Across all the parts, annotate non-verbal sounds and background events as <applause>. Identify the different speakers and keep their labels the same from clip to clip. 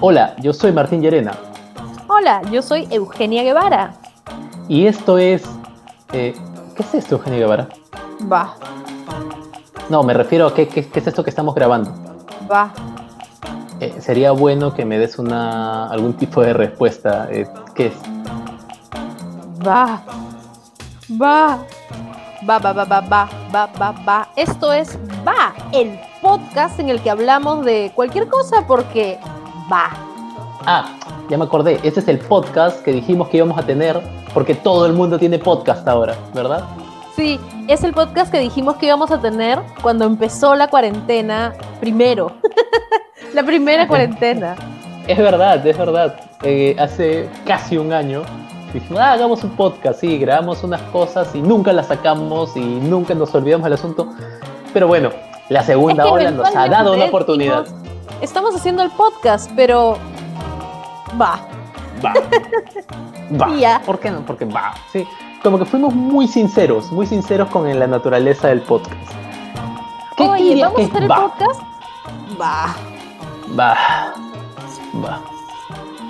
Speaker 1: Hola, yo soy Martín Llerena
Speaker 2: Hola, yo soy Eugenia Guevara.
Speaker 1: y esto es... eh, ¿Qué es esto, Eugenio Guevara?
Speaker 2: Va,
Speaker 1: No, me refiero a qué, qué- qué es esto que estamos grabando.
Speaker 2: va.
Speaker 1: Eh, sería bueno que me des una algún tipo de respuesta. eh, ¿Qué es?
Speaker 2: Va. Va. Va, va, va, va, va, va, va, va. Esto es Va, el podcast en el que hablamos de cualquier cosa porque va.
Speaker 1: Ah, ya me acordé. Este es el podcast que dijimos que íbamos a tener porque todo el mundo tiene podcast ahora, ¿verdad?
Speaker 2: Sí, es el podcast que dijimos que íbamos a tener cuando empezó la cuarentena primero. <laughs> la primera cuarentena.
Speaker 1: Es verdad, es verdad. Eh, hace casi un año dijimos, "Ah, hagamos un podcast, sí, grabamos unas cosas y nunca las sacamos y nunca nos olvidamos del asunto. Pero bueno, la segunda
Speaker 2: Es que
Speaker 1: ola nos ha dado una
Speaker 2: eventualmente
Speaker 1: oportunidad.
Speaker 2: dijimos, Estamos haciendo el podcast, pero va. <laughs>
Speaker 1: Va. Va.
Speaker 2: Ya.
Speaker 1: ¿Por qué no? Porque va. Sí. Como que fuimos muy sinceros, muy sinceros con la naturaleza del podcast. ¿Qué- qué
Speaker 2: Oye,
Speaker 1: dirías
Speaker 2: ¿vamos a
Speaker 1: que es
Speaker 2: hacer el
Speaker 1: va?
Speaker 2: podcast? Va.
Speaker 1: Va. Va.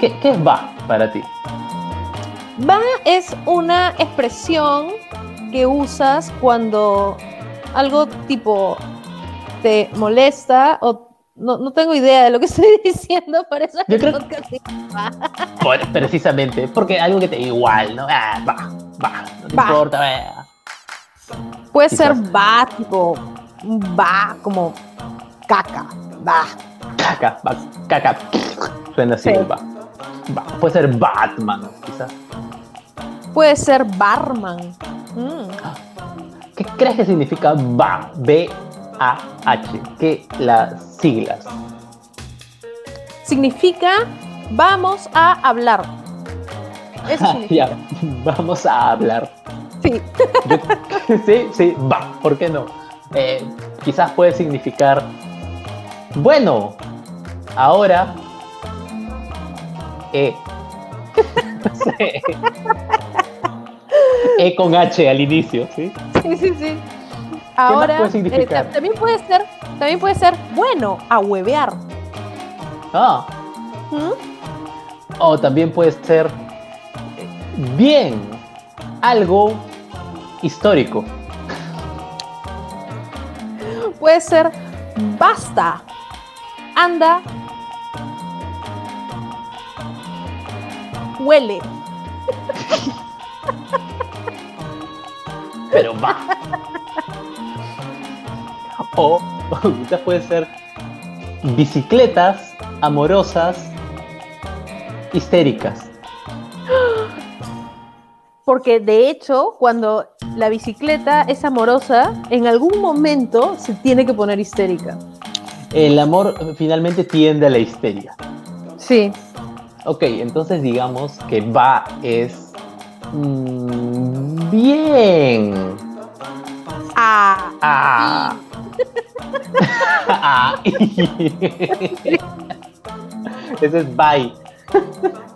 Speaker 1: ¿Qué, qué es va para ti?
Speaker 2: Va es una expresión que usas cuando algo tipo te molesta o no, no tengo idea de lo que <laughs> estoy diciendo, por eso es
Speaker 1: Yo
Speaker 2: el
Speaker 1: creo-
Speaker 2: podcast de
Speaker 1: Por- precisamente, porque algo que te da igual, ¿no? Ah, va, va, no te
Speaker 2: Va.
Speaker 1: importa. eh.
Speaker 2: Puede
Speaker 1: Quizás.
Speaker 2: ser va, tipo va, como caca, va.
Speaker 1: Caca, va, caca. Suena así,
Speaker 2: Sí.
Speaker 1: va. Va. Puede ser Batman, quizás.
Speaker 2: Puede ser barman. Mm.
Speaker 1: ¿Qué crees que significa va? B-A-H. ¿Qué las siglas?
Speaker 2: Significa vamos a hablar.
Speaker 1: <laughs>
Speaker 2: Eso significa.
Speaker 1: Ah, ya, vamos a hablar.
Speaker 2: Sí. <laughs>
Speaker 1: Yo- <laughs> sí, sí, va, ¿por qué no? Eh, quizás puede significar, bueno, ahora, E. No sé. <laughs> E con H al inicio, ¿sí?
Speaker 2: <laughs> Sí, sí, sí. Ahora,
Speaker 1: puede significar?
Speaker 2: eh, ta- también puede ser, también puede ser bueno a huevear.
Speaker 1: Ah,
Speaker 2: ¿Mm?
Speaker 1: o también puede ser, eh, bien, algo histórico.
Speaker 2: Puede ser basta, anda, huele.
Speaker 1: pero va. O o quizás puede ser bicicletas amorosas histéricas.
Speaker 2: Porque de hecho, cuando la bicicleta es amorosa, en algún momento se tiene que poner histérica.
Speaker 1: El amor eh, finalmente tiende a la histeria.
Speaker 2: Sí.
Speaker 1: Ok, entonces digamos que va es mm, bien.
Speaker 2: Ah,
Speaker 1: Ah. <laughs> Ah. <laughs> Ese es bye.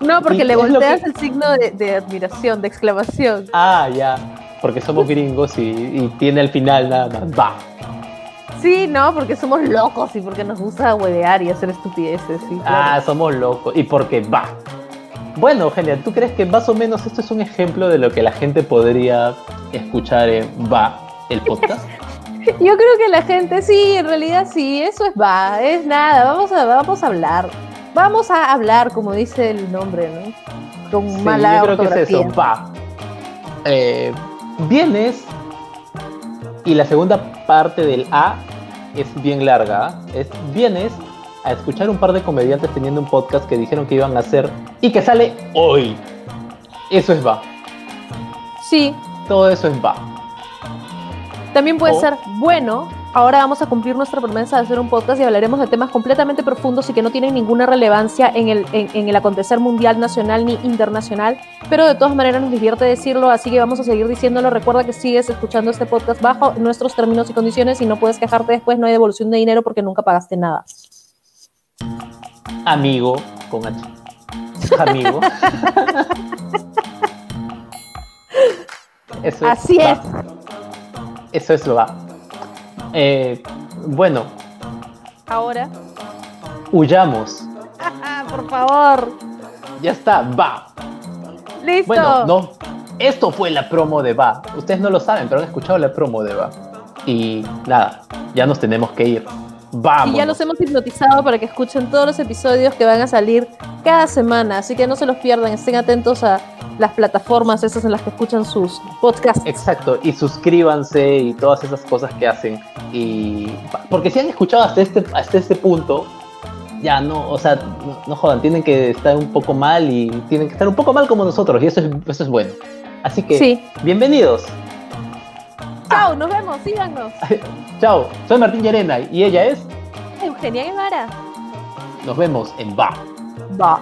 Speaker 2: no,
Speaker 1: ¿Y
Speaker 2: porque le
Speaker 1: qué es lo
Speaker 2: volteas
Speaker 1: que-
Speaker 2: el signo de, de admiración, de exclamación.
Speaker 1: Ah, ya. Porque somos gringos y, y tiene al final nada más. Va.
Speaker 2: Sí, no, porque somos locos y porque nos gusta huevear y hacer estupideces. Sí,
Speaker 1: Ah,
Speaker 2: claro.
Speaker 1: somos locos. Y porque va. Bueno, Eugenia, ¿tú crees que más o menos esto es un ejemplo de lo que la gente podría escuchar en Va, el podcast?
Speaker 2: Yo creo que la gente, sí, en realidad sí, eso es va, es nada, vamos a, vamos a hablar. Vamos a hablar, como dice el nombre, ¿no? Con
Speaker 1: Sí,
Speaker 2: mala
Speaker 1: yo creo que es eso,
Speaker 2: ortografía.
Speaker 1: va. Eh, vienes y la segunda parte del A es bien larga. ¿ah? Es vienes a escuchar un par de comediantes teniendo un podcast que dijeron que iban a hacer y que sale hoy. Eso es va.
Speaker 2: Sí,
Speaker 1: Todo eso es va.
Speaker 2: también puede
Speaker 1: O-
Speaker 2: ser bueno. Ahora vamos a cumplir nuestra promesa de hacer un podcast y hablaremos de temas completamente profundos y que no tienen ninguna relevancia en el, en, en el acontecer mundial, nacional ni internacional, pero de todas maneras nos divierte decirlo, así que vamos a seguir diciéndolo. Recuerda que sigues escuchando este podcast bajo nuestros términos y condiciones y no puedes quejarte después, no hay devolución de dinero porque nunca pagaste nada.
Speaker 1: Amigo con H.
Speaker 2: <laughs>
Speaker 1: Amigo. Eso
Speaker 2: Así
Speaker 1: va.
Speaker 2: es.
Speaker 1: Eso es lo va. Eh, bueno,
Speaker 2: Ahora. <laughs>
Speaker 1: huyamos.
Speaker 2: por favor.
Speaker 1: Ya está, va.
Speaker 2: Listo.
Speaker 1: Bueno, no. Esto fue la promo de Va. Ustedes no lo saben, pero han escuchado la promo de Va. Y nada, ya nos tenemos que ir. Vamos.
Speaker 2: Y ya em- los hemos hipnotizado para que escuchen todos los episodios que van a salir cada semana. Así que no se los pierdan, estén atentos a las plataformas esas en las que escuchan sus podcasts.
Speaker 1: Exacto, y suscríbanse y todas esas cosas que hacen. Y porque si han escuchado hasta este, hasta este punto, ya no, o sea, no, no jodan, tienen que estar un poco mal y tienen que estar un poco mal como nosotros, y eso es, eso es bueno. Así que,
Speaker 2: Sí.
Speaker 1: bienvenidos.
Speaker 2: Chao, nos vemos, síganos.
Speaker 1: Chao, soy Martín Llerena y ella es.
Speaker 2: Eugenia Guevara.
Speaker 1: Nos vemos en Va.
Speaker 2: Va.